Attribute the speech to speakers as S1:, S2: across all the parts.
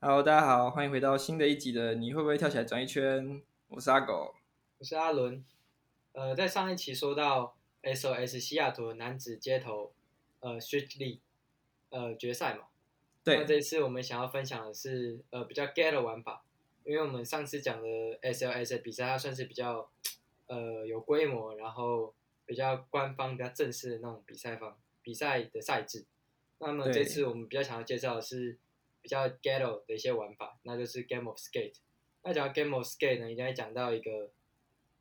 S1: Hello，大家好，欢迎回到新的一集的你会不会跳起来转一圈？我是阿狗。
S2: 我是阿伦。呃，在上一期说到 SOS 西雅图男子街头呃 Street League 呃决赛嘛，那
S1: 对
S2: 这一次我们想要分享的是呃比较 gay 的玩法，因为我们上次讲的 SLS 的比赛，它算是比较呃有规模，然后比较官方、比较正式的那种比赛方比赛的赛制。那么
S1: 对
S2: 这次我们比较想要介绍的是比较 ghetto 的一些玩法，那就是 Game of Skate。那讲到 Game of Skate 呢，一定会讲到一个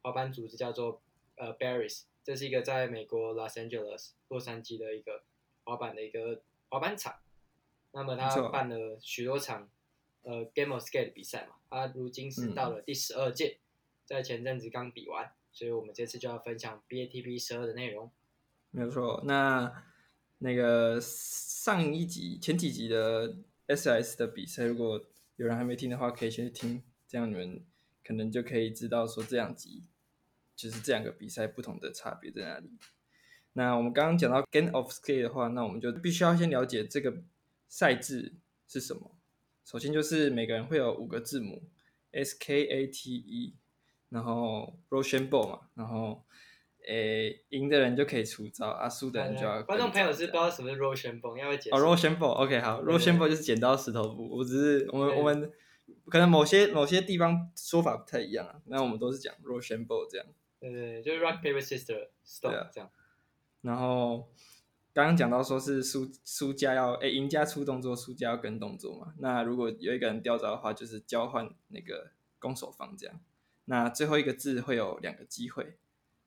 S2: 滑板组织叫做呃 Barrys，这是一个在美国 Los Angeles 洛杉矶的一个滑板的一个滑板场。那么
S1: 没
S2: 他
S1: 错
S2: 办了许多场呃 Game of Skate 的比赛嘛，他如今
S1: 嗯
S2: 是到了第十二届，在前阵子刚比完，所以我们这次就要分享 BATB 十二的内容。
S1: 没有错。那那个上一集、前几集的 SIS 的比赛，如果有人还没听的话，可以先去听，这样你们可能就可以知道说这两集就是这两个比赛不同的差别在哪里。那我们刚刚讲到 Game of Skate 的话，那我们就必须要先了解这个赛制是什么。首先就是每个人会有五个字母 S K A T E，然后 Rochambeau 嘛，然后诶赢的人就可以出招，啊输的人就要
S2: 观众朋友是不
S1: 包。
S2: 知道什么是 Roshan Bone，要不要解释？
S1: 哦 r o s h a m b o o k 好 r
S2: 对
S1: o s h a m b o 就是剪刀石头布。我只是我们
S2: 对
S1: 我们可能某些某些地方说法不太一样啊，那我们都是讲 r o s h a m b o 这样。
S2: 对对对，就是 Rock Paper Sister
S1: 对啊
S2: Stone 这样。
S1: 然后刚刚讲到说是输输家要诶赢家出动作，输家要跟动作嘛。那如果有一个人掉招的话，就是交换那个攻守方这样。那最后一个字会有两个机会，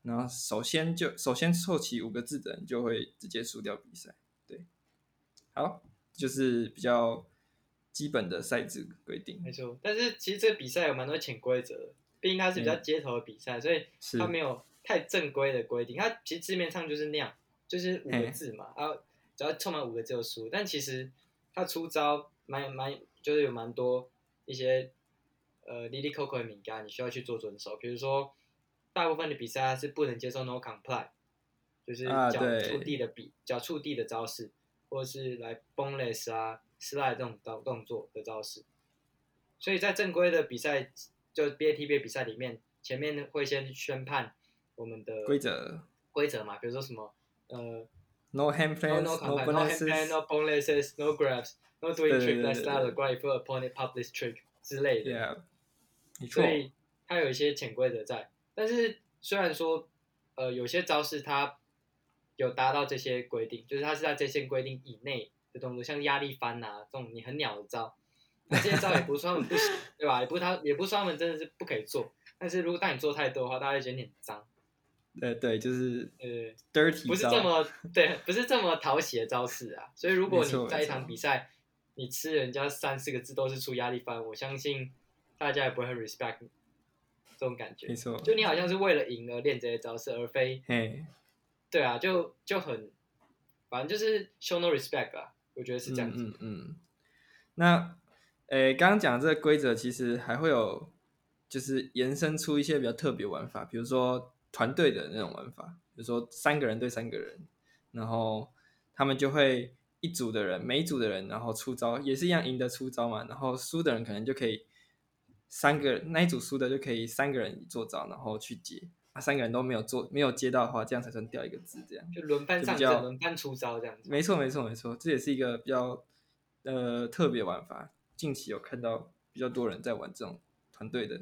S1: 然后首先就首先凑齐五个字的人就会直接输掉比赛。对，好，就是比较基本的赛制规定
S2: 没。错，但是其实这个比赛有蛮多潜规则的，毕竟它是比较
S1: 嗯
S2: 街头的比赛，所以
S1: 是
S2: 它没有太正规的规定。它其实字面上就是那样，就是五
S1: 嘿
S2: 个字嘛，然后只要凑满五个字就输。但其实它出招蛮蛮就是有蛮多一些呃 l i l y Coco 的敏感，你需要去做遵守。比如说，大部分的比赛它是不能接受 No Comply，就是
S1: 啊
S2: 脚
S1: 对
S2: 触地的比脚触地的招式，或者是来 boneless 啊、slide 这种动动作的招式。所以在正规的比赛，就 BATB 比赛里面，前面会先宣判我们的
S1: 规则
S2: 规则嘛，比如说什么呃
S1: ，no hand
S2: no
S1: plans,
S2: no
S1: no
S2: contact, no hand play,
S1: bonuses,
S2: no bonuses, no grabs, no
S1: 对
S2: doing
S1: 对对
S2: trick
S1: 对
S2: that's not
S1: 对
S2: required for opponent public trick 之类的。
S1: yeah，没错
S2: 所，以它有一些潜规则在。但是虽然说，呃，有些招式它有达到这些规定，就是它是在这些规定以内的动作，像压力翻呐、这种你很鸟的招，那这些招也不是说他们不行，对吧？也不是他，也不是说他们真的是不可以做。但是如果当你做太多的话，大家会觉得你很脏，
S1: 对对，就是
S2: 呃，
S1: dirty，
S2: 不是
S1: 招
S2: 这么对，不是这么讨喜的招式啊。所以如果
S1: 没错
S2: 你在一
S1: 没
S2: 场
S1: 错
S2: 比赛，你吃人家三四个字都是出压力翻，我相信大家也不会很 respect 你这种感觉
S1: 没。错，
S2: 就你好像是为了赢而练这些招式，而非
S1: 嘿，
S2: 对啊，就就很，反正就是 show no respect 吧，我觉得是这样子。
S1: 嗯嗯嗯。那，诶，刚刚讲的这个规则其实还会有，就是延伸出一些比较特别玩法，比如说团队的那种玩法，比如说三个人对三个人，然后他们就会一组的人，每一组的人，然后出招也是一样，赢的出招嘛，然后输的人可能就可以三个那一组输的就可以三个人做招，然后去接。啊，三个人都没有做，没有接到的话，这样才算掉一个字，这样。
S2: 就轮番
S1: 就
S2: 上
S1: 比较
S2: 阵，轮番出招这样子。
S1: 没错，没错，没错，这也是一个比较呃特别玩法。近期有看到比较多人在玩这种团队的，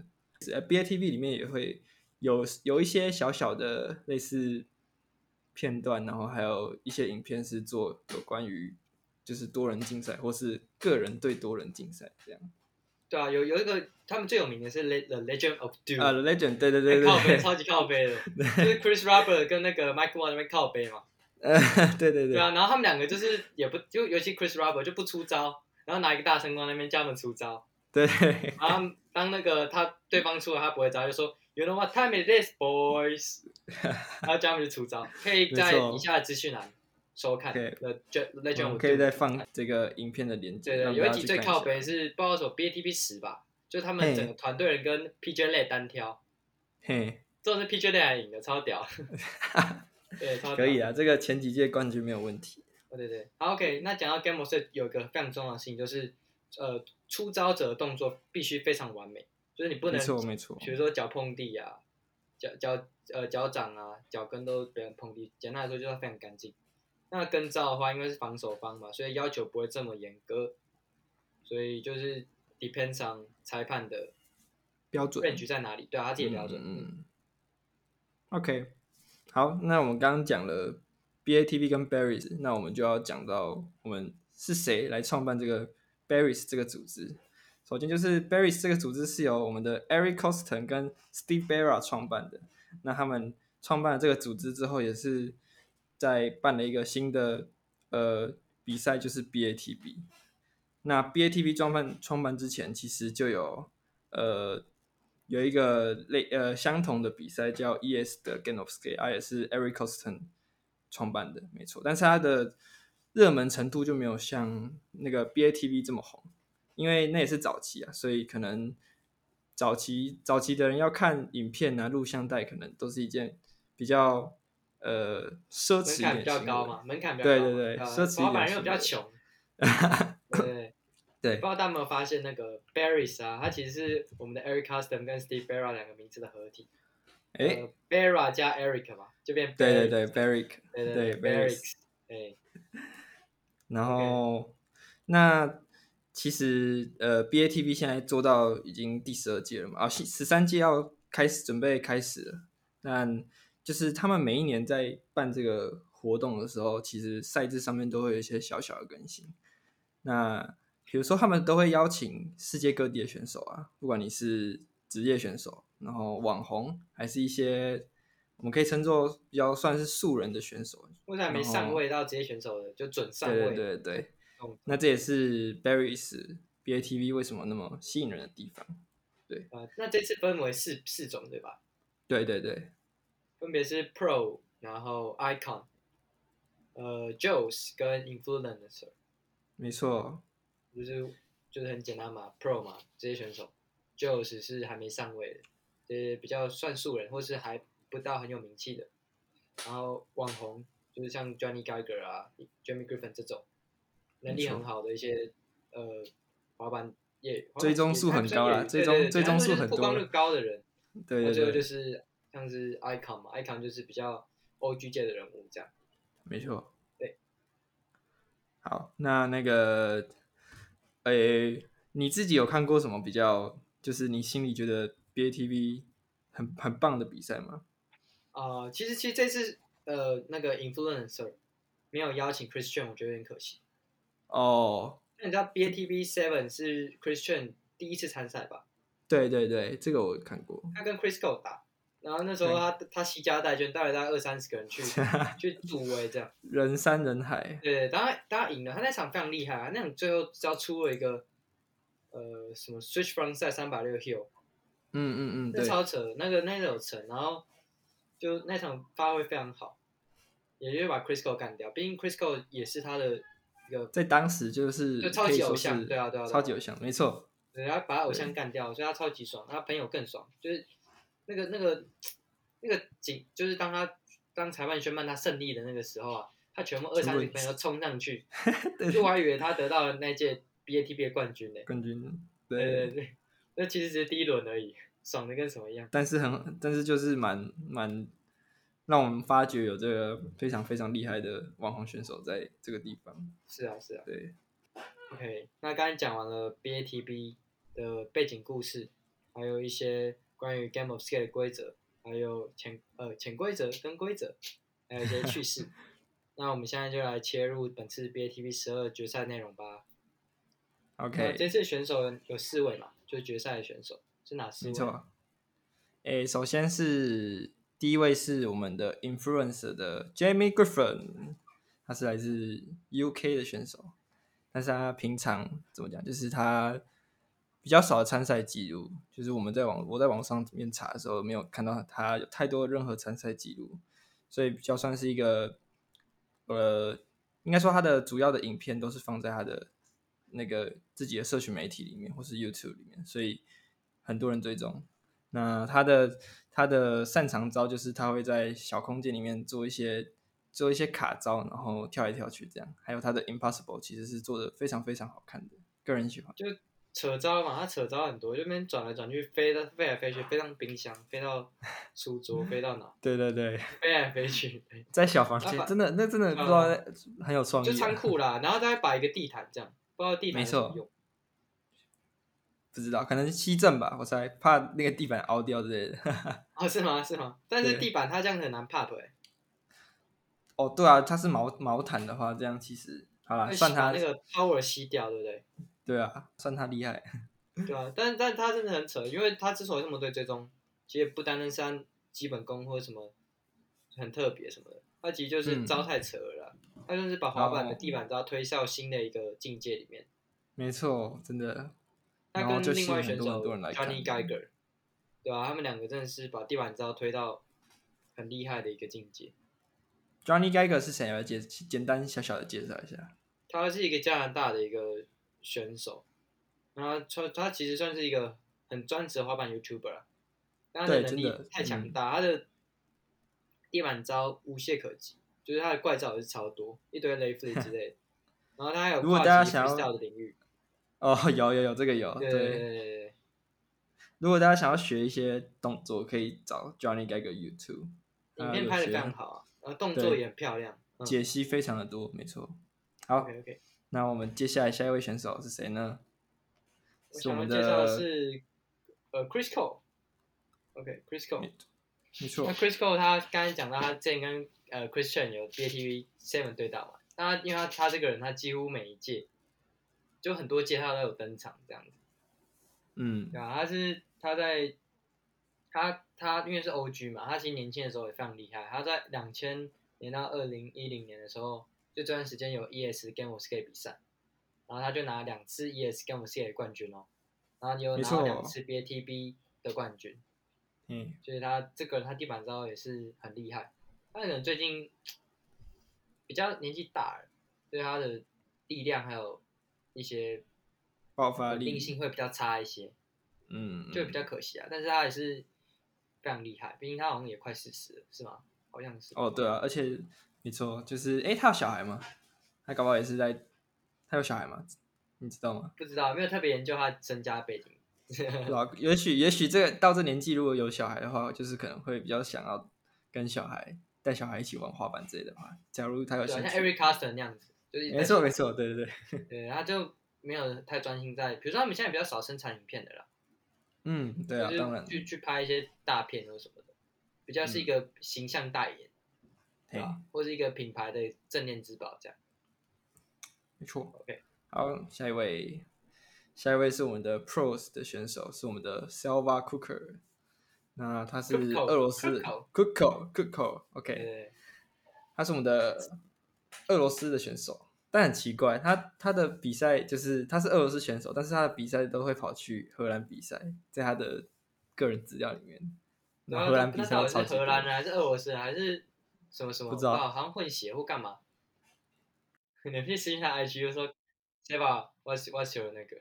S1: 呃，BATV 里面也会有有一些小小的类似片段，然后还有一些影片是做有关于就是多人竞赛或是个人对多人竞赛这样。
S2: 对啊，有有一个他们最有名的是 Le- The Legend of d u e
S1: 啊、l e g e n d 对对对对
S2: 哎靠背
S1: 对，
S2: 超级 靠背的，就是 Chris Robert 跟那个 Mike Wall 那边靠背嘛。
S1: 呃，对 对
S2: 对
S1: 对，
S2: 啊，然后他们两个就是也不就尤其 Chris Robert 就不出招，然后拿一个大声光那边叫他们出招，
S1: 对，
S2: 然后他们当那个他对方出了他不会招，就说 You know what time is this, boys？然 后叫他们就出招，可以在
S1: 没错
S2: 以下资讯栏收看
S1: OK，
S2: The Je-
S1: 我
S2: Legend
S1: 们
S2: of
S1: 可以
S2: Doom。
S1: 再放这个影片的连接，
S2: 对对，
S1: 让
S2: 有
S1: 大
S2: 一
S1: 家
S2: 集
S1: 去
S2: 最
S1: 看一下
S2: 靠北是不知道什么 BATP 十吧，就他
S1: 嘿
S2: 们整个团队人跟 PJ 类单挑，
S1: 嘿。
S2: 这是 PJ 类还赢的，超屌。对，超屌
S1: 可以啊，这个前几届冠军没有问题。
S2: 对对对，好，OK。那讲到 Game of Set 有一个非常重要的事情，就是呃，出招者的动作必须非常完美，就是你不
S1: 没
S2: 能
S1: 错没错，
S2: 比如说脚碰地啊，脚脚呃脚掌啊，脚跟都不要碰地。简单来说，就是要非常干净。那跟照的话，因为是防守方嘛，所以要求不会这么严格，所以就是 depends on 裁判的
S1: 标准
S2: range 在哪里，对啊，他自己的标
S1: 嗯
S2: 准。
S1: 嗯嗯 OK，好，那我们刚刚讲了 BATV 跟 Berries，那我们就要讲到我们是谁来创办这个 Berries 这个组织。首先就是 Berries 这个组织是由我们的 Eric Coston 跟 Steve Barra 创办的。那他们创办了这个组织之后，也是在办了一个新的呃比赛，就是 BATB。那 BATB 创办创办之前，其实就有呃有一个类呃相同的比赛叫 ES 的 Game of Skate，它也是 Eric Coston 创办的，没错。但是它的热门程度就没有像那个 BATB 这么红，因为那也是早期啊，所以可能早期早期的人要看影片啊、录像带，可能都是一件比较呃奢侈
S2: 门
S1: 一点的
S2: 槛比较
S1: 行
S2: 高
S1: 为
S2: 嘛，门槛比较
S1: 对
S2: 高嘛。
S1: 对对
S2: 呃
S1: 奢侈一
S2: 老板
S1: 点
S2: 又比较
S1: 行
S2: 穷，对。
S1: 对
S2: 不知道大家有没有发现，那个 Barrys 啊，它其实是我们的 Eric Custom 跟 Steve Barra 两个名字的合体。
S1: 哎、
S2: 呃、，Barra 加 Eric 嘛，就变 Barrys,
S1: 对对对，Beric，
S2: 对
S1: 对
S2: b a r r y
S1: ，Beric，
S2: s 哎，
S1: 然后那其实呃，BATV 现在做到已经第十二届了嘛，啊，十三届要开始准备开始了。但就是他们每一年在办这个活动的时候，其实赛制上面都会有一些小小的更新。那比如说，他们都会邀请世界各地的选手啊，不管你是职业选手，然后网红，还是一些我们可以称作比较算是素人的选手，
S2: 目前还没
S1: 然后
S2: 上位到职业选手的，就准上位。
S1: 对对对对
S2: 动，
S1: 那这也是 Barry's BATV 为什么那么吸引人的地方。
S2: 呃，那这次分为四四种对吧？
S1: 对对对，
S2: 分别是 Pro，然后 Icon，呃，Joes 跟 Influencer，
S1: 没错，
S2: 就是就是很简单嘛，Pro 嘛，职业选手，Joes 是还没上位的，就是比较算素人或是还不到很有名气的，然后网红就是像 Johnny Geiger 啊、Jeremy Griffin 这种能力
S1: 没错
S2: 很好的一些呃滑板业，滑板
S1: 追踪数
S2: 也
S1: 很高啦
S2: 也
S1: 追
S2: 对
S1: 踪
S2: 对对
S1: 追踪
S2: 他们就
S1: 数
S2: 是
S1: 很
S2: 曝光
S1: 多
S2: 率高的人。
S1: 对
S2: 那最后
S1: 对
S2: 就
S1: 对，
S2: 是像是 icon 嘛，icon 就是比较 OG 界的人物这样。
S1: 没错。
S2: 对，
S1: 好，那那个，诶、你自己有看过什么比较，就是你心里觉得 BATV 很很棒的比赛吗？
S2: 啊、其实其实这次呃那个 influencer 没有邀请 Christian，我觉得有点可惜。
S1: 哦，
S2: 那你知道 BATB Seven 是 Christian 第一次参赛吧？
S1: 对对对，这个我看过。
S2: 他跟 Crisco 打，然后那时候
S1: 对
S2: 他他惜家带眷带了大概二三十个人 去去助威这样。
S1: 人山人海，
S2: 对，当然当然赢了，他那场非常厉害啊！那场最后只要出了一个呃什么 switch front 赛三百六 hill，
S1: 嗯嗯嗯，
S2: 那
S1: 对，
S2: 超扯，那个那个有成，然后就那场发挥非常好，也就是把 Crisco 干掉，毕竟 Crisco 也是他的一个，
S1: 在当时就是
S2: 就超级
S1: 可以说
S2: 偶像
S1: 是
S2: 对啊对啊对啊
S1: 超级偶像，没错，
S2: 人家把他偶像干掉，所以他超级爽，他朋友更爽，就是那个那个那个景，就是当他当裁判宣判他胜利的那个时候啊，他全部二三十
S1: 全部
S2: 分都冲上去，
S1: 对
S2: 就我还以为他得到了那届 BATB 的冠军呢、
S1: 冠军，
S2: 对
S1: 对
S2: 对对，那其实只是第一轮而已，爽的跟什么一样。
S1: 但是很，但是就是蛮蛮让我们发觉有这个非常非常厉害的网红选手在这个地方。
S2: 是啊是啊。
S1: 对，
S2: OK，那刚才讲完了 BATB 的背景故事，还有一些关于 Game of Skate 的规则，还有潜呃潜规则跟规则，还有一些 趣事。那我们现在就来切入本次 BATB 十二决赛内容吧。那
S1: OK，
S2: 这次选手有四位嘛，就是决赛的选手是哪四
S1: 没
S2: 位？
S1: 错。诶，首先是第一位是我们的 Influencer 的 Jamie Griffin，他是来自 UK 的选手，但是他平常怎么讲，就是他比较少的参赛记录，就是我们在网我在网上面查的时候，没有看到他有太多任何参赛记录，所以比较算是一个呃，应该说他的主要的影片都是放在他的那个自己的社群媒体里面或是 YouTube 里面，所以很多人追踪。那他的他的擅长招就是他会在小空间里面做一些做一些卡招，然后跳来跳去这样。还有他的 Impossible 其实是做的非常非常好看的，个人喜欢。
S2: 扯招嘛，他扯招很多，就那边转来转去，飞到飞来飞去，飞到冰箱，飞到书桌，飞到哪，
S1: 对对对，
S2: 飞来飞去，对
S1: 在小房
S2: 啊
S1: 间
S2: 把
S1: 真的那真的不知道在很有创意
S2: 就
S1: 啊，
S2: 仓库啦，然后再摆一个地毯这样，不知道地毯有什么用。
S1: 不知道可能是西正吧，我猜怕那个地板凹掉之类的。
S2: 哦，是吗？是吗？但是
S1: 对
S2: 地板它这样很难 pop 哎、
S1: 哦，对啊，它是毛毛毯的话，这样其实好啦，
S2: 会
S1: 啊算
S2: 把
S1: 它
S2: 那个 power 吸掉，对不对？
S1: 对啊，算它厉害。
S2: 对啊，但但他真的很扯，因为他之所以这么对追踪，其实不单单是他基本功或者什么很特别什么的，他其实就是
S1: 嗯
S2: 招太扯了啦，他就是把滑板的
S1: 哦
S2: 地板招推到新的一个境界里面。
S1: 没错，真的。
S2: 那
S1: 然后就
S2: 跟
S1: 吸
S2: 另
S1: 引
S2: 外
S1: 很
S2: 选手
S1: 多很多人来看。
S2: Johnny Geiger，对啊，他们两个真的是把地板招推到很厉害的一个境界。
S1: Johnny Geiger 是谁啊？简简单小小的介绍一下。
S2: 他是一个加拿大的一个选手，然后他他其实算是一个很专职的滑板 YouTuber 啦，但他
S1: 对
S2: 的能
S1: 真的
S2: 力太强
S1: 嗯
S2: 大，他的地板招无懈可击，就是他的怪招也是超多，一堆雷弗里之类的。然后他还有
S1: 如果
S2: 跨
S1: 大家
S2: 级
S1: 想要
S2: freestyle 的领域，
S1: 哦，有有有，这个有。
S2: 对对对对对
S1: 如果大家想要学一些动作，可以找 Johnny Geiger YouTube，
S2: 对，
S1: 啊
S2: 影片拍的
S1: 有
S2: 非
S1: 些
S2: 常好啊，然后动作
S1: 对
S2: 也很漂亮。嗯
S1: 解析非常的多，没错。好，
S2: OK OK，
S1: 那我们接下来下一位选手是谁呢？
S2: 我
S1: 是我
S2: 想要
S1: 们
S2: 介绍的
S1: 的，
S2: 是呃 Chris Cole。OK，Chris Cole。
S1: 没错
S2: 那，Chris Cole 他刚才讲到他之前跟呃 Christian 有 BATV Seven 对打嘛，那因为他他这个人他几乎每一届就很多届他都有登场这样子，
S1: 嗯
S2: 对，啊，他是他在他他因为是 OG 嘛，他其实年轻的时候也非常厉害，他在两千年到二零一零年的时候，就这段时间有 ES 跟 Oskay 比赛，然后他就拿两次 ES 跟 Oskay 的冠军哦，然后也有
S1: 没
S2: 拿
S1: 错
S2: 到两次 BATB 的冠军。
S1: 嗯，
S2: 所以他这个他地板招也是很厉害。他可能最近比较年纪大了，对他的力量还有一些
S1: 爆发
S2: 稳定
S1: 力，
S2: 性会比较差一些，
S1: 嗯，
S2: 就比较可惜啊。但是他也是非常厉害，毕竟他好像也快四十了，是吗？好像是。
S1: 哦，对啊，而且没错，就是诶，他有小孩吗？他搞不好也是在，他有小孩吗？你知道吗？
S2: 不知道，没有特别研究他身家背景。
S1: 对啊，也许也许这个到这年纪，如果有小孩的话，就是可能会比较想要跟小孩带小孩一起玩滑板之类的话，假如他有
S2: 对
S1: 兴
S2: 啊，像
S1: 趣，
S2: Eric Carson 那样子，就是
S1: 没错没错，对对对，
S2: 对，他就没有太专心在，比如说他们现在比较少生产影片的啦。
S1: 嗯，对啊，
S2: 就是
S1: 当然，嗯
S2: 去去拍一些大片或什么的，比较是一个形象代言，
S1: 嘿
S2: 对吧、或是一个品牌的镇店之宝这样。
S1: 没错。
S2: OK
S1: 好，下一位，下一位是我们的 Pros 的选手，是我们的 Selva Cooker。那他是
S2: Kuko，
S1: 俄罗斯
S2: Kuko
S1: Cooko Cooko，OK，、
S2: 对，
S1: 他是我们的俄罗斯的选手，但很奇怪，他他的比赛就是他是俄罗斯选手，但是他的比赛都会跑去荷兰比赛，在他的个人资料里面。
S2: 然
S1: 那
S2: 后
S1: 荷兰比
S2: 那
S1: 赛
S2: 到
S1: 都
S2: 底
S1: 超
S2: 是
S1: 级
S2: 荷兰
S1: 多
S2: 人还是俄罗斯人还是什么什么？
S1: 不知道
S2: 啊好像混血或干嘛？你可以私信他 IG 就说 s e b a what's what's your 那个？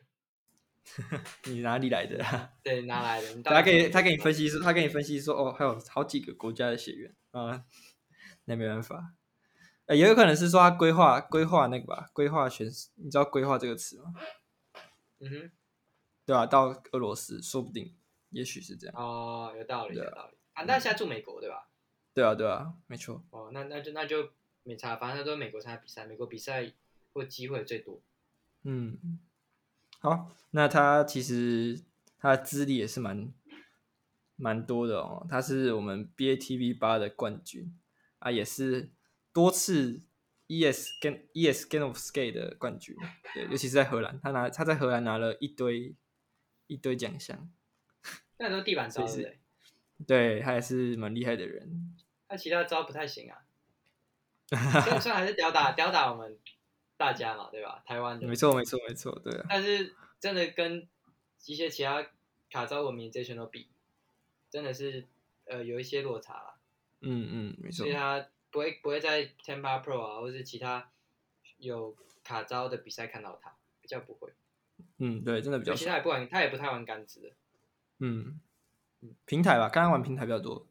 S1: 你哪里来的、啊？
S2: 对，拿来的，你到底
S1: 他给他给你分析说，他给你分析说，哦，还有好几个国家的血缘啊，那没办法。呃，也有可能是说他规划规划那个吧，规划选，你知道“规划”这个词吗？
S2: 嗯
S1: 对吧、到俄罗斯，说不定，也许是这样
S2: 哼，。哦，有道理，
S1: 对
S2: 有
S1: 啊
S2: 道理。啊，那现在住美国对吧？
S1: 对啊，对啊，没错。
S2: 哦，那那就那就没差，反正他都在美国参加比赛，美国比赛或机会最多。
S1: 嗯，好，那他其实他的资历也是蛮蛮多的哦。他是我们 BATV 八的冠军啊，也是多次 E ES 跟 ES 跟 of Skate 的冠军，对，尤其是在荷兰，他拿他在荷兰拿了一堆一堆奖项，
S2: 那都地板招对不对？
S1: 对他也是蛮厉害的人。
S2: 他其他招不太 行啊，虽然虽然还是吊打吊打我们大家嘛，对吧？台湾的
S1: 没，错，没错，没错，对啊，
S2: 但是真的跟一些其他卡招文明这些都比，真的是呃有一些落差啦，
S1: 嗯嗯，没错
S2: 所以，他不会不会在 Tempa Pro 啊，或是其他有卡招的比赛看到他，比较不会，
S1: 嗯，对，真的比较
S2: 而且
S1: 少，
S2: 他也不玩，他也不太玩杆子的，
S1: 嗯，平台吧，刚刚玩平台比较多，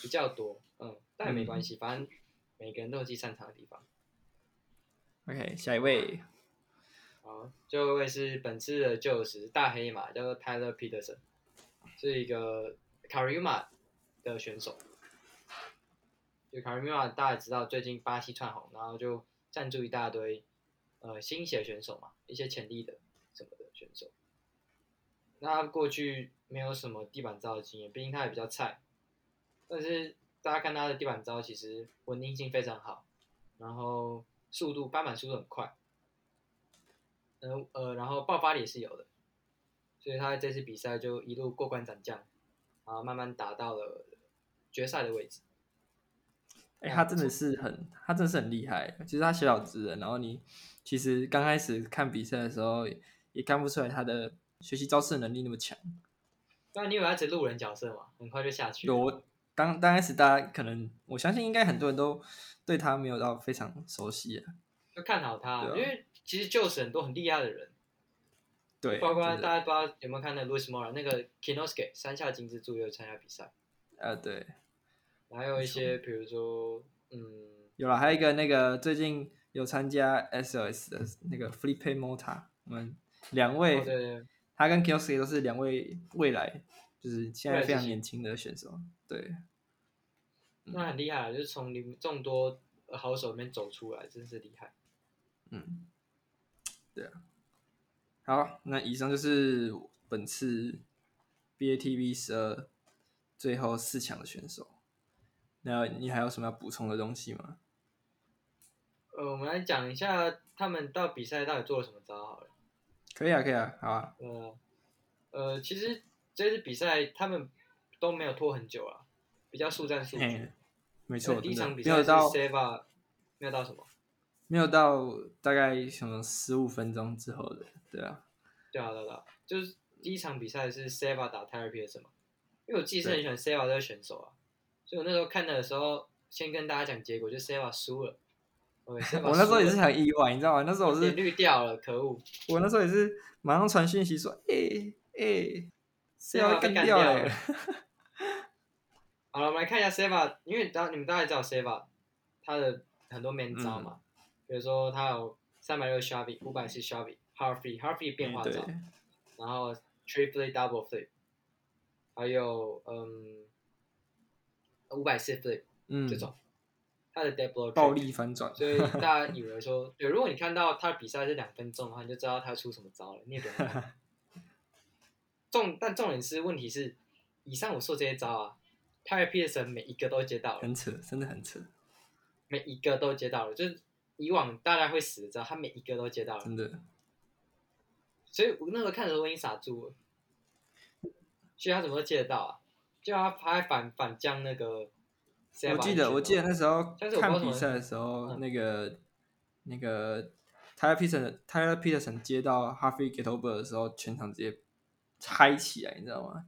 S2: 比较多，嗯，但也没
S1: 嗯
S2: 关系，反正每个人都有自己擅长的地方。
S1: OK，下一位，
S2: 好，最后一位是本次的旧时大黑马，叫做 Tyler Peterson，是一个 Karima 的选手。就 Karima 大家也知道，最近巴西窜红，然后就赞助一大堆呃新血选手嘛，一些潜力的什么的选手。那他过去没有什么地板招的经验，毕竟他也比较菜。但是大家看他的地板招，其实稳定性非常好，然后速度扳板速度很快。呃呃，然后爆发力也是有的，所以他这次比赛就一路过关斩将，然后慢慢打到了决赛的位置。
S1: 哎、他真的是很，他真的是很厉害。其实他小小只人，然后你其实刚开始看比赛的时候，也看不出来他的学习招式能力那么强。
S2: 那你以为他只是路人角色嘛？很快就下去了。
S1: 有刚刚开始，大家可能我相信应该很多人都对他没有到非常熟悉啊。
S2: 就看好他，
S1: 对啊
S2: 因为其实就是很多很厉害的人，
S1: 对，
S2: 包括
S1: 真的
S2: 大家不知道有没有看那 Louis Mora 那个 Kinosuke 山下金之助又参加比赛，
S1: 呃对，
S2: 还有一些比如说嗯，
S1: 有了，还有一个那个最近有参加 SOS 的那个 Felipe Mota，我们两位，
S2: 哦对对对
S1: 他跟 k i o s k i 都是两位未来，就是现在
S2: 未来之
S1: 非常
S2: 星
S1: 年轻的选手。对，
S2: 那很厉害，啊就是从里面众多呃好手里面走出来，真是厉害。
S1: 嗯，对啊。好，那以上就是本次 BATB 十二最后四强的选手。那你还有什么要补充的东西吗？
S2: 呃，我们来讲一下他们到比赛到底做了什么招好了。
S1: 可以啊，可以啊，好啊，
S2: 呃，呃，其实这次比赛他们都没有拖很久啊，比较速战速决。
S1: 嗯，没
S2: 因为
S1: 错，
S2: 第
S1: 真
S2: 一
S1: 的
S2: 场比
S1: 没
S2: 赛
S1: 有
S2: 是
S1: 到
S2: Seva，没有到什么？
S1: 没有到大概什么十五分钟之后的，对啊，
S2: 对啊，对啊对啊，就是第一场比赛是 Seva 打 t y r p 什么？因为我自己是
S1: 对
S2: 很喜欢 Seva 这个选手啊，所以我那时候看的时候，先跟大家讲结果，就 Seva 输了。我
S1: 我那时候也是很意外，你知道吗？那时候我是
S2: 脸绿掉了，可恶！
S1: 我那时候也是马上传讯息说，哎、哎、是要干掉
S2: 啊要被
S1: 嘞、
S2: 干好了，我们来看一下 Seva，因为大你们大概知道 Seva 他的很多 man 招嘛，
S1: 嗯
S2: 比如说他有三百六 s h a v i 五百是 s h a v i h a r f y h a r f y 变化招，
S1: 嗯对，
S2: 然后 three flip double flip，还有嗯五百四 flip
S1: 嗯
S2: 这，种，他的 dead blow
S1: 暴
S2: trick
S1: 力反转，
S2: 所以大家以为说，对，如果你看到他的比赛是两分钟的话，你就知道他出什么招了，你也不用看。重，但重点是，问题是，以上我说这些招啊，泰尔皮特森每一个都接到 了，
S1: 很扯，真的很扯，
S2: 每一个都接到了，就是以往大家会死的招，他每一个都接到了，
S1: 真的。
S2: 所以我那时候看的时候我已经傻住了，所以他怎么都接得到啊？就他他还反反将那个，
S1: 我记得我记得，那时候
S2: 但是我不知
S1: 看
S2: 道什么
S1: 比赛的时候，
S2: 嗯
S1: 那个那个 Tyler Peterson Tyler Peterson 接到 Harvey g e t o b e r 的时候，全场直接嗨起来，你知道吗？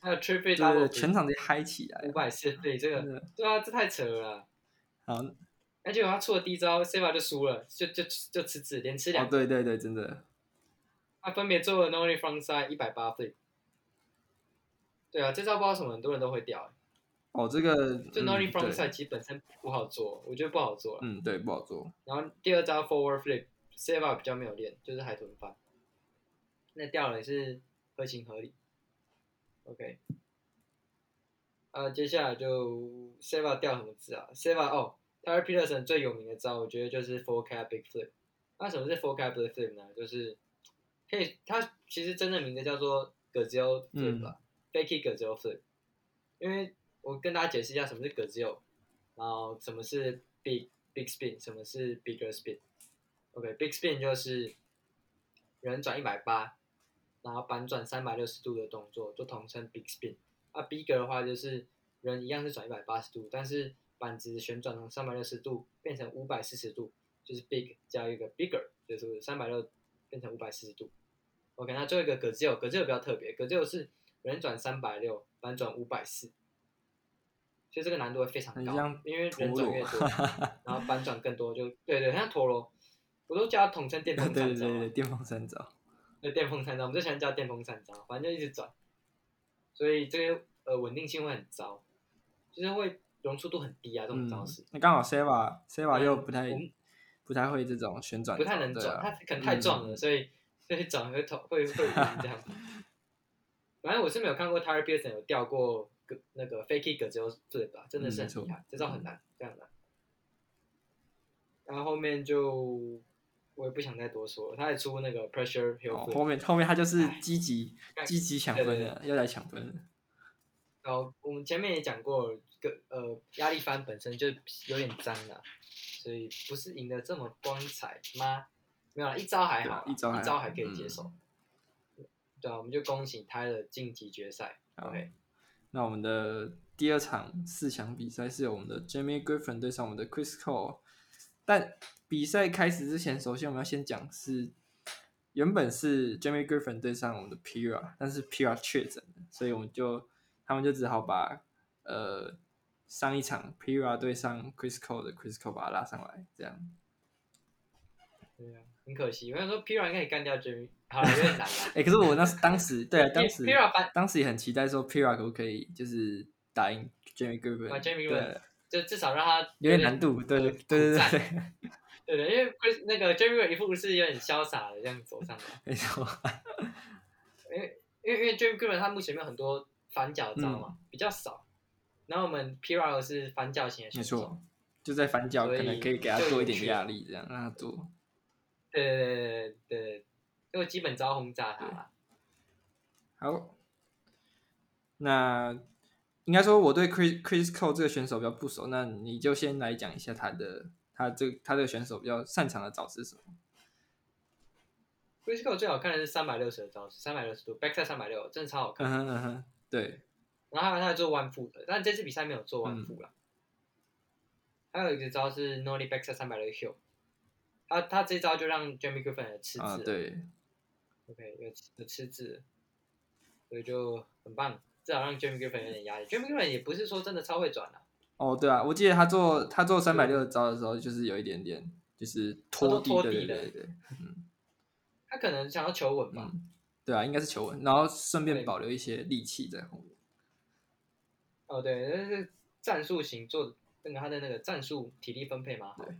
S2: 还有 triple
S1: 对对，全嗯
S2: double
S1: 场直接嗨起来
S2: 五。百四倍这
S1: 真
S2: 个，
S1: 的
S2: 对啊，这太扯了啦。
S1: 好，哦，
S2: 而且他出了第一招，Seva 就输了，就就就吃纸，连吃两个。
S1: 哦对对对，真的，
S2: 他分别做了 Nolly frontside 一百八 flip。对啊，这招不知道为什么很多人都会掉、欸。
S1: 哦，这个
S2: 就
S1: 嗯对
S2: Nolly frontside 其实本身不好做，我觉得不好做了。
S1: 嗯，对，不好做，
S2: 然后第二招 forward flip，Seva 比较没有练，就是海豚翻，那掉了也是合情合理。OK，呃，接下来就 Seva 掉什么字啊？Seva 哦 t y r Peterson 最有名的招，我觉得就是 four cap big flip。那什么是 four cap big flip 呢？就是可以，它其实真正名字叫做 gazelle flip 吧、f a k e gazelle flip。因为我跟大家解释一下什么是 gazelle，然后什么是 big big spin，什么是 bigger spin。OK，big、spin 就是人转一百八，然后反转三百六十度的动作，就统称 big spin。啊，bigger 的话就是人一样是转一百八十度，但是板子旋转从三百六十度变成五百四十度，就是 big 加一个 bigger，就是三百六变成五百四十度。OK，那最后一个葛只有葛只有比较特别，葛只有是人转三百六，反转五百四，所以这个难度会非常
S1: 很
S2: 高
S1: 像，
S2: 因为
S1: 陀
S2: 人转
S1: 螺
S2: 越多，然后反转更多，就对对，很像陀螺，我都叫它统称 电
S1: 对
S2: 动
S1: 对
S2: 三
S1: 对
S2: 招啊。
S1: 对，电风扇招，
S2: 对，电风扇招，我们最喜欢叫电风扇招，反正就一直转，所以这个呃稳定性会很糟，就是会容速度很低啊，这种
S1: 嗯
S2: 招式。，
S1: 那刚好 Seva Seva
S2: 嗯
S1: 又不太
S2: 我们
S1: 不不太会这种旋转
S2: 不
S1: 轴，
S2: 太能
S1: 对
S2: 转，
S1: 啊
S2: 他可能太壮了，
S1: 嗯
S2: 所以所以转会头会会晕这样。反正我是没有看过 Tyler Pearson 有掉过个那个 Fakey 葛只有对吧，真的是
S1: 嗯没
S2: 很
S1: 错
S2: 厉害，这招很难，非常难。然后后面就我也不想再多说了，他也出那个 Pressure
S1: 哦
S2: Hill，Flip，
S1: 后面后面他就是
S2: 哎
S1: 积极
S2: 干
S1: 积极抢
S2: 对
S1: 分
S2: 对
S1: 了，又来抢分了。
S2: 然后哦我们前面也讲过，个呃压力帆本身就有点脏了、所以不是赢得这么光彩吗？没有啦，一招还好啦，
S1: 对一招还好嗯
S2: 可以接受。对啊，我们就恭喜他的晋级决赛。
S1: 好
S2: OK，
S1: 那我们的第二场四强比赛是由我们的 Jamie Griffin 对上我们的 Chris Cole。但比赛开始之前，首先我们要先讲是，原本是 Jamie Griffin 对上我们的 Pira，但是 Pira 确诊了，所以我们就他们就只好把呃上一场 Pira 对上 Chris Cole 的 Chris Cole 把他拉上来，这样。
S2: 对啊，很可惜。我想说 Pira 应该也干掉 Jimmy，好了，有点难啦。
S1: 哎、可是我那时当时 对啊，当时
S2: Pira 翻，
S1: 当时也很期待说 Pira 可不可以就是打赢啊 Jamie Griffin，
S2: 把 Jamie
S1: 对
S2: Griffin，就至少让他
S1: 有点难。度，对对对对对。
S2: 对对，因为 Chris 那个 Jimmy Griffin 一副是有点潇洒的这样走上来。
S1: 没错，
S2: 因为因为 Dream g r i 他目前没有很多反脚招
S1: 嗯
S2: 嘛，比较少。然后我们 Pira 是反脚型的 选
S1: 没
S2: 手，
S1: 错，就在反角
S2: 所以
S1: 可能可以给他做一点
S2: 就有趣
S1: 压力，这样让他做。
S2: 对对对对对对，因为基本招轰炸他啦。
S1: 好，那应该说我对 Chris Chris Cole 这个选手比较不熟，那你就先来讲一下他的他这他这个选手比较擅长的招式是什么？
S2: Chris Cole 最好看的是三百六十的招式，三百六十度 backside 三百六，真的超好看。
S1: 嗯哼嗯哼，对，
S2: 然后还有他有做 one foot，的但这次比赛没有做 one foot
S1: 嗯
S2: 啦。还有一个招是 nollie backside 三百六 hill，他他这招就让 Jamie Griffin 有吃字
S1: 啊
S2: 了
S1: 对，
S2: OK，有吃有吃字，所以就很棒，至少让 Jamie Griffin 有点压力。Jamie Griffin 也不是说真的超会转啊，
S1: 哦对啊，我记得他做他做三百六招的时候，就是有一点点就是拖地，
S2: 拖
S1: 对对
S2: 地
S1: 对
S2: 的
S1: 对对，
S2: 他可能想要求稳吧。
S1: 嗯，对啊，应该是求稳，然后顺便
S2: 对
S1: 保留一些力气在后面。
S2: 哦，对，但是战术型做那个他的那个战术体力分配嘛。好
S1: 对。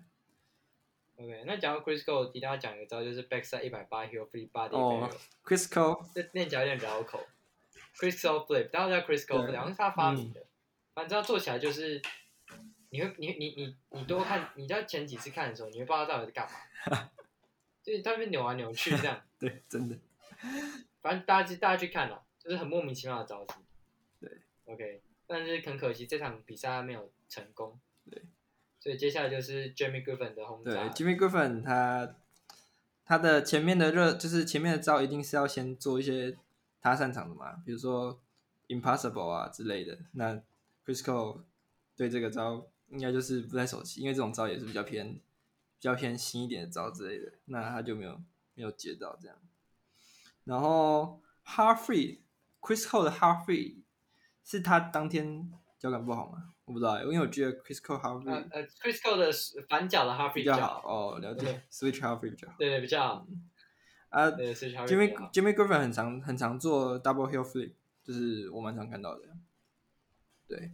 S2: OK，那讲到 Chris Cole，一定要讲一个招，就是 backside 一百八 heel free body
S1: 哦
S2: barrier，
S1: ，Chris Cole
S2: 这念起来有点绕口。Chris Cole flip，大家知道 Chris Cole
S1: 对嗯
S2: flip，好像是他发明的，反正做起来就是，你会你你你你多看，你在前几次看的时候，你会不知道他到底在干嘛， 就是他们扭来扭去这样，
S1: 对，真的。
S2: 反正大家去大家去看了，就是很莫名其妙的招式。
S1: 对
S2: ，OK，但是很可惜这场比赛他没有成功。
S1: 对，
S2: 所以接下来就是 Jamie Griffin 的轰
S1: 对
S2: 炸。呃
S1: ，Jimmy Griffin 他他的前面的热就是前面的招一定是要先做一些他擅长的嘛，比如说 Impossible 啊之类的。那 Chris Cole 对这个招应该就是不太熟悉，因为这种招也是比较偏比较偏新一点的招之类的，那他就没有没有接到这样。然后 h a r f r e y Chris Cole 的 h a r f r e y 是他当天脚感不好吗？我不知道欸，因为我觉得 Chris Cole h a r f r e
S2: 呃
S1: y
S2: 呃，Chris Cole 的反脚的 Harvey
S1: 比较好，哦，了解，Switch h a r f r e y 比较好。
S2: 对对比较好，
S1: 啊
S2: 对 Switch Harvey 比
S1: ，Jimmy
S2: 较好。
S1: Jimmy Griffin 很常很常做 double heel flip，就是我蛮常看到的。对，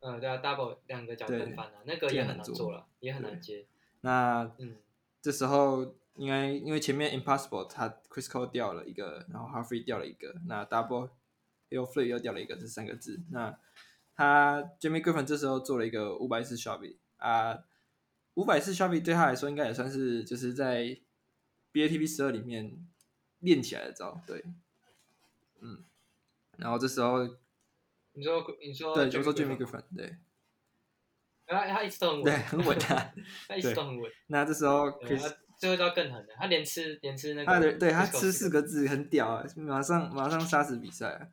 S2: 嗯，对啊，double 两个脚
S1: 对
S2: 蹬翻啊，那个
S1: 这
S2: 也
S1: 也
S2: 很
S1: 难
S2: 难
S1: 做
S2: 做了，也很
S1: 对
S2: 难接。
S1: 那
S2: 嗯，
S1: 这时候应该因为前面 impossible 他 Chris Cole 掉了一个，然后 h a r f r e y 掉了一个，那 double heel flip 又掉了一个，这三个字。那他 Jimmy Griffin 这时候做了一个五百四 s h o p 啊，五百四 s h o p 对他来说应该也算是就是在 BATP 十二里面练起来的招，对，嗯，然后这时候
S2: 你说你说
S1: 对，就说
S2: 哦 Griffin
S1: Jimmy
S2: 吗
S1: Griffin，对
S2: 他他一直都很
S1: 对，
S2: 稳，
S1: 很稳啊。
S2: 他一直都很稳。
S1: 那这时候
S2: 对，
S1: Chris
S2: 他最后一招更狠的，他连吃连吃那个
S1: 他
S2: Chris
S1: 的
S2: Cole 四个，
S1: 对他吃四个字很屌啊，马上马上杀死比赛啊，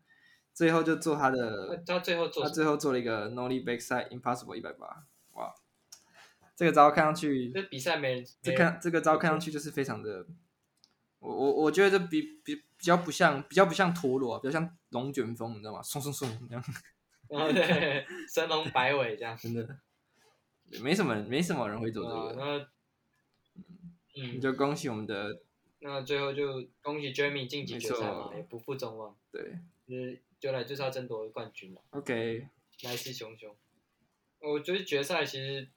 S1: 最后就做他
S2: 他，
S1: 的，
S2: 呃他最后做
S1: 他
S2: 什么
S1: 最后做了一个 Nolly Backside Impossible 一百八，哇，这个招看上去，
S2: 这比赛没人
S1: 这
S2: 没人
S1: 看这个招看上去就是非常的，我我我觉得这比比比较不像比较不像陀螺啊，比较像龙卷风，你知道吗？嗖嗖嗖这样，
S2: 然后对， 神龙摆尾这样。
S1: 真的，没什么没什么人会做这
S2: 啊，
S1: 个，
S2: 那
S1: 你
S2: 嗯，
S1: 就恭喜我们的
S2: 那最后就恭喜 Jamie 晋级
S1: 没
S2: 决赛嘛
S1: 错，
S2: 也不负众望，
S1: 对
S2: 就是就来就是要争夺冠军了，
S1: ，OK。
S2: 来势汹汹。我觉得决赛其实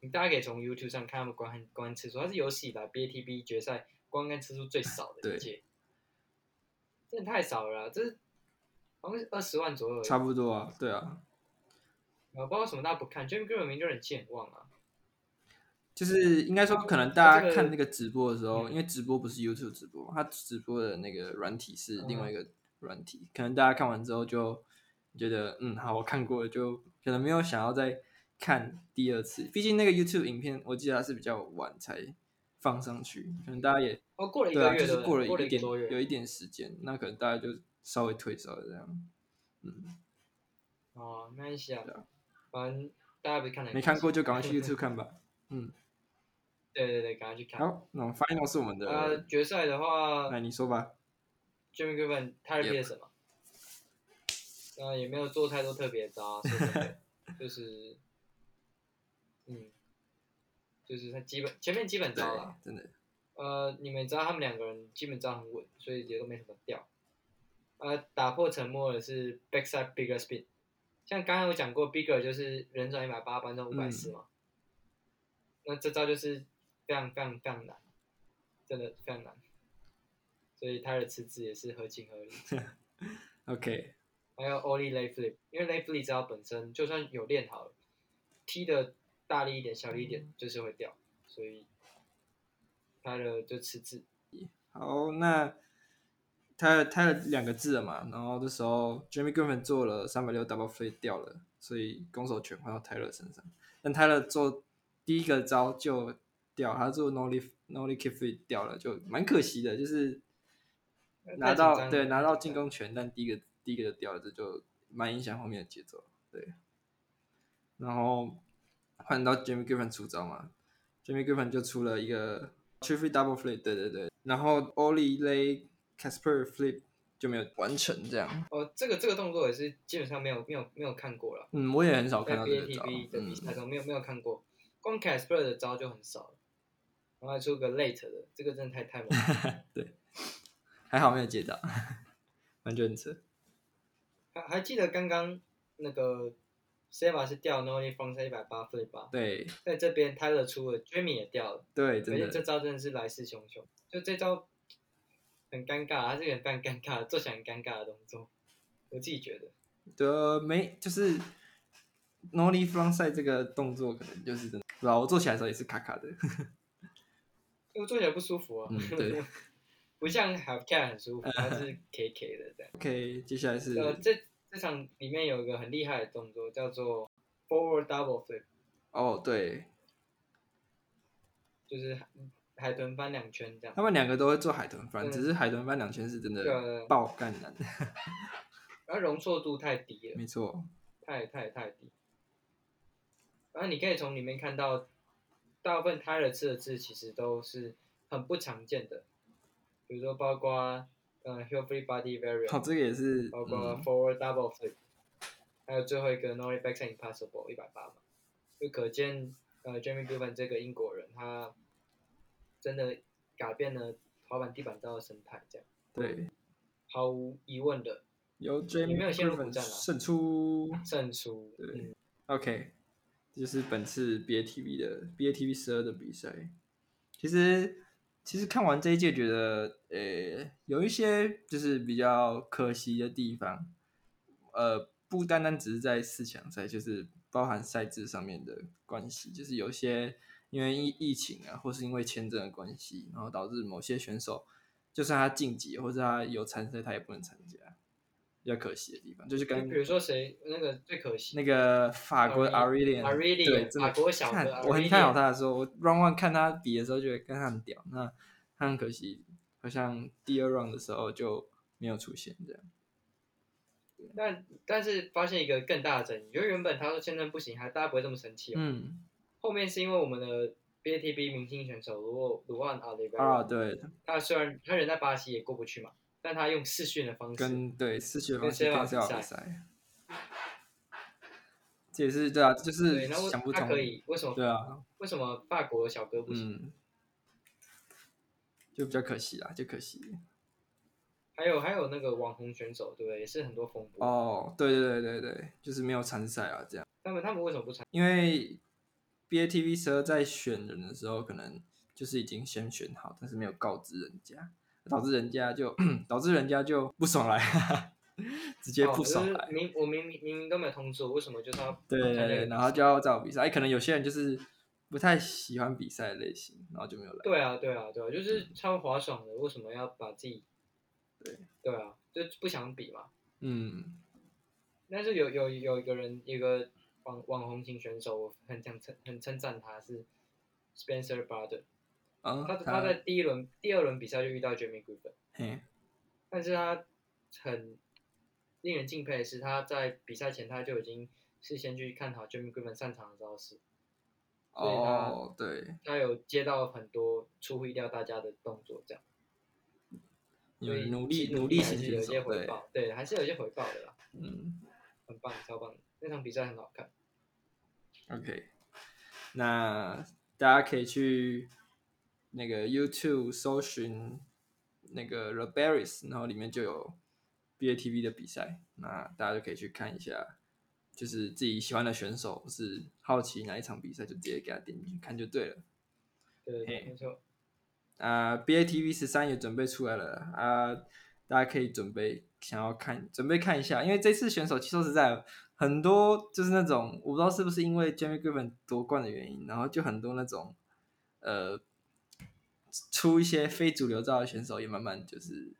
S2: 你大家可以从 YouTube 上看他们观看观看次数，它是有史以来 BATB 决赛观看次数最少的
S1: 对
S2: 一届，真的太少了啦，啊这是好像是二十万左右而已，
S1: 差不多啊，对啊，
S2: 我不知道为什么大家不看，Jamie Green 明就很健忘啊，
S1: 就是应该说，可能大
S2: 这
S1: 家
S2: 个
S1: 看那个直播的时候，
S2: 嗯
S1: 因为直播不是 YouTube 直播嘛，它直播的那个软体是另
S2: 嗯
S1: 外一个软体，可能大家看完之后就觉得，嗯，好，我看过了，就可能没有想要再看第二次。毕竟那个 YouTube 影片，我记得它是比较晚才放上去，可能大家也
S2: 哦，过了一
S1: 对
S2: 个
S1: 啊，
S2: 月
S1: 就
S2: 对
S1: 是
S2: 不对
S1: 过
S2: 过
S1: 了
S2: 了
S1: 一点
S2: 多
S1: 有
S2: 月，
S1: 一点时间，那可能大家就稍微退烧了这样。嗯，
S2: 哦，没关系啊
S1: 对啊，
S2: 反正大家不是看了，
S1: 没看过就赶快 去 YouTube 看吧。嗯，
S2: 对对对，赶快去看。
S1: 好，那我们 Final 是我们
S2: 呃，
S1: 的，
S2: 决赛的话
S1: 那你说吧。
S2: ，Jimmy Griffin 他是
S1: Yep
S2: 变什么？呃，也没有做太多特别的招啊，说真的就是，嗯，就是他基本前面基本
S1: 对
S2: 招啦。，
S1: 真的。
S2: 呃，你们知道他们两个人基本招很稳，所以也都没什么掉。呃，打破沉默的是 backside bigger spin，像刚刚有讲过，bigger 就是人转一百八，搬转五百四嘛。那这招就是非常非常非常难，真的非常难。所以他的辞职也是合情合理。
S1: OK，
S2: 还有 Oli lay flip，因为 lay flip 这招本身就算有练好了，踢的大力一点、小力一点就是会掉，所以他的就辞职。
S1: 好，那他他有两个字了嘛，然后这时候 Jimmy Griffin 做了三百六 double flip 掉了，所以攻守全换到泰勒身上。但泰勒做第一个招就掉，他做 nollie nollie kick flip 掉了，就蛮可惜的，就是
S2: 太
S1: 拿
S2: 紧张
S1: 到
S2: 了
S1: 对拿到进攻权，但第一个第一个就掉了，这就蛮影响后面的节奏。对，然后换到 Jimmy Griffin 出招嘛，Jimmy Griffin 就出了一个 t r i p l e double flip，对对对，然后 Oli lay Casper flip 就没有完成这样。
S2: 哦，这个这个动作也是基本上没有没有没有看过了，
S1: 嗯，我也很少
S2: 在
S1: 看到这个招。嗯
S2: BATB 的比赛中没有没有看过，光 Casper 的招就很少了，然后还出个 late 的，这个真的太太猛了。
S1: 嗯，对，还好没有接到，完全扯。
S2: 还还记得刚刚那个 Seva 是掉 Nolly f r o n t 一百八 flip 吧，
S1: 对
S2: 在这边 Tyler 出了，Jamie 也掉了。
S1: 对，
S2: 而
S1: 真
S2: 且这
S1: 的
S2: 招真的是来势汹汹，就这招很尴尬，它是一个非常尴尬的做起来很尴尬的动作，我自己觉得。
S1: 的没就是 nollie frontside 这个动作，可能就是真的，不知道我做起来的时候也是卡卡的。
S2: 因为我做起来不舒服啊，
S1: 嗯对
S2: 不像 half cat 很舒服，它是 K K 的这样。
S1: OK，接下来 是
S2: 呃，这这场里面有一个很厉害的动作叫做 forward double flip，
S1: 哦，对
S2: 就是海海豚翻两圈这样
S1: 他。们两个都会做海豚翻，
S2: 对
S1: 只是海豚翻两圈是真
S2: 对
S1: 的
S2: 啊
S1: 爆干难，
S2: 然后容错度太低了，
S1: 没错，
S2: 太太太低。然后你可以从里面看到，大部分泰勒吃的字其实都是很不常见的，比如说包括呃 heel free body
S1: 哦，
S2: variant，
S1: 这个也是，
S2: 包括
S1: 嗯
S2: forward double flip，、还有最后一个 nollie backside impossible 一百八嘛，就可见呃 Jamie Given 这个英国人他真的改变了滑板地板道的生态，这样
S1: 对，
S2: 毫无疑问的
S1: 由
S2: 你
S1: Jamie
S2: 没有陷入苦
S1: Griffin
S2: 战啊
S1: 胜出。
S2: 胜出。
S1: 对
S2: 嗯，
S1: OK，这就是本次 BATV 的 BATV 十二的比赛。其实，其实看完这一届，觉得呃、有一些就是比较可惜的地方。呃，不单单只是在四强赛，就是包含赛制上面的关系，就是有些因为疫疫情啊，或是因为签证的关系，然后导致某些选手，就算他晋级或是他有参赛，他也不能参加，比较可惜的地方，就是
S2: 就
S1: 跟
S2: 比如说谁那个最可惜。
S1: 那个法国 a r e l i a n
S2: Aurelian，
S1: 对，真的
S2: 法国小哥
S1: 看
S2: Aurelian
S1: 我很看好他的时候，我 round one 看他比的时候，觉得跟他很屌。那他很可惜，好像第二 round 的时候就没有出现这样。
S2: 但但是发现一个更大的争议，因为原本他说签证不行，还大家不会这么生气、哦。
S1: 嗯，
S2: 后面是因为我们的 BATB 明星选手卢沃卢万阿雷贝
S1: 啊，对，
S2: 他虽然他人在巴西也过不去嘛，但他用试训的方式，
S1: 跟对四学方
S2: 跟
S1: 式跟
S2: Seva
S1: 塞尔
S2: 比
S1: 比
S2: 赛
S1: 赛，这也是对啊，这就是
S2: 对，那为
S1: 想不
S2: 他
S1: 通，
S2: 可以为什么
S1: 对啊，
S2: 为什么法国小哥不行？
S1: 嗯，就比较可惜啦，就可惜
S2: 还有还有那个网红选手，对不对？也是很多风
S1: 哦
S2: 波。
S1: 哦，对对对对对，就是没有参赛啊，这样。
S2: 他们他们为什么不参？
S1: 因为 BATV 十二在选人的时候，可能就是已经先选好，但是没有告知人家，导致人家就 导致人家就不爽来， 直接
S2: 哦
S1: 不
S2: 就是哦
S1: 爽来。
S2: 明我明明明明都没有通知我，为什么就是要
S1: 对对
S2: 参加这
S1: 对，
S2: 个
S1: 然后就要找比赛。哎，可能有些人就是不太喜欢比赛的类型，然后就没有来。
S2: 对啊，对啊，对啊，就是超划爽的，为什么要把自己？
S1: 对
S2: 对啊，就不想比嘛。
S1: 嗯，
S2: 但是有有有一个人，一个网网红型选手，我很想称很称赞他是 Spencer Brother。
S1: 啊，
S2: 他他在第一轮、第二轮比赛就遇到 Jimmy Griffin，
S1: 嘿，
S2: 但是他很令人敬佩的是，他在比赛前他就已经事先去看好 Jimmy Griffin 擅长的招式，所以他
S1: 哦，对，
S2: 他有接到很多出乎意料大家的动作，这样。
S1: 有
S2: 所以
S1: 努力
S2: 其实
S1: 努力
S2: 还
S1: 型
S2: 是有
S1: 选
S2: 一些
S1: 手，
S2: 回
S1: 对，
S2: 报，对，还是有一些回报的啦，
S1: 嗯。
S2: 很棒，超棒的，那场比赛很好看。
S1: OK，那大家可以去那个 YouTube 搜寻那个 The Berries，然后里面就有 BATV 的比赛，那大家就可以去看一下，就是自己喜欢的选手，或是好奇哪一场比赛，就直接给他点进去看就对了。
S2: 对对对，
S1: 嘿
S2: 没错，
S1: 啊、b a t v 十三也准备出来了啊、大家可以准备想要看，准备看一下，因为这次选手其实说实在，很多就是那种我不知道是不是因为 Jamie Griffin 夺冠的原因，然后就很多那种呃出一些非主流照的选手也慢慢就是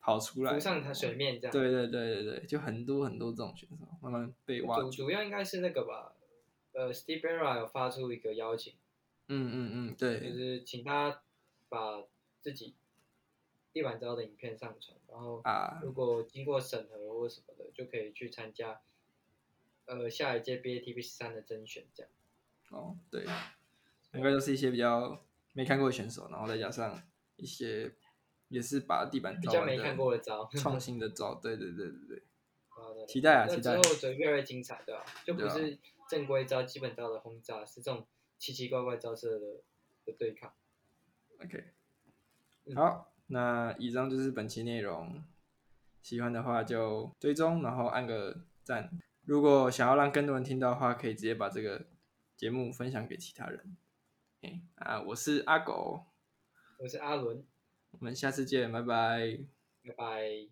S1: 跑出来，
S2: 浮上台水面这样。
S1: 对对对对对，就很多很多这种选手慢慢被挖
S2: 主
S1: 掘，
S2: 主要应该是那个吧，呃，Steve Barra 有发出一个邀请，
S1: 嗯嗯嗯，
S2: 就
S1: 对，
S2: 是请他把自己地板招的影片上传，然后
S1: 啊
S2: 如果经过审核或什么的，就可以去参加呃下一届 BATP 十三的甄选这样。
S1: 哦，对，难怪都是一些比较没看过的选手，然后再加上一些也是把地板
S2: 比
S1: 招
S2: 较
S1: 完
S2: 没
S1: 的
S2: 看过的招
S1: 创新的招，对对对对对，
S2: 好的
S1: 期待啊
S2: 那
S1: 期
S2: 之
S1: 待
S2: 后则越来越精彩，对吧、就不
S1: 对啊
S2: 是正规招、基本招的轰炸，是这种奇奇怪怪招式的的对抗。
S1: ，OK，
S2: 嗯
S1: 好，那以上就是本期内容，喜欢的话就追踪，然后按个赞。如果想要让更多人听到的话，可以直接把这个节目分享给其他人。哎啊，我是阿狗，
S2: 我是阿伦，
S1: 我们下次见，拜拜。
S2: 拜拜。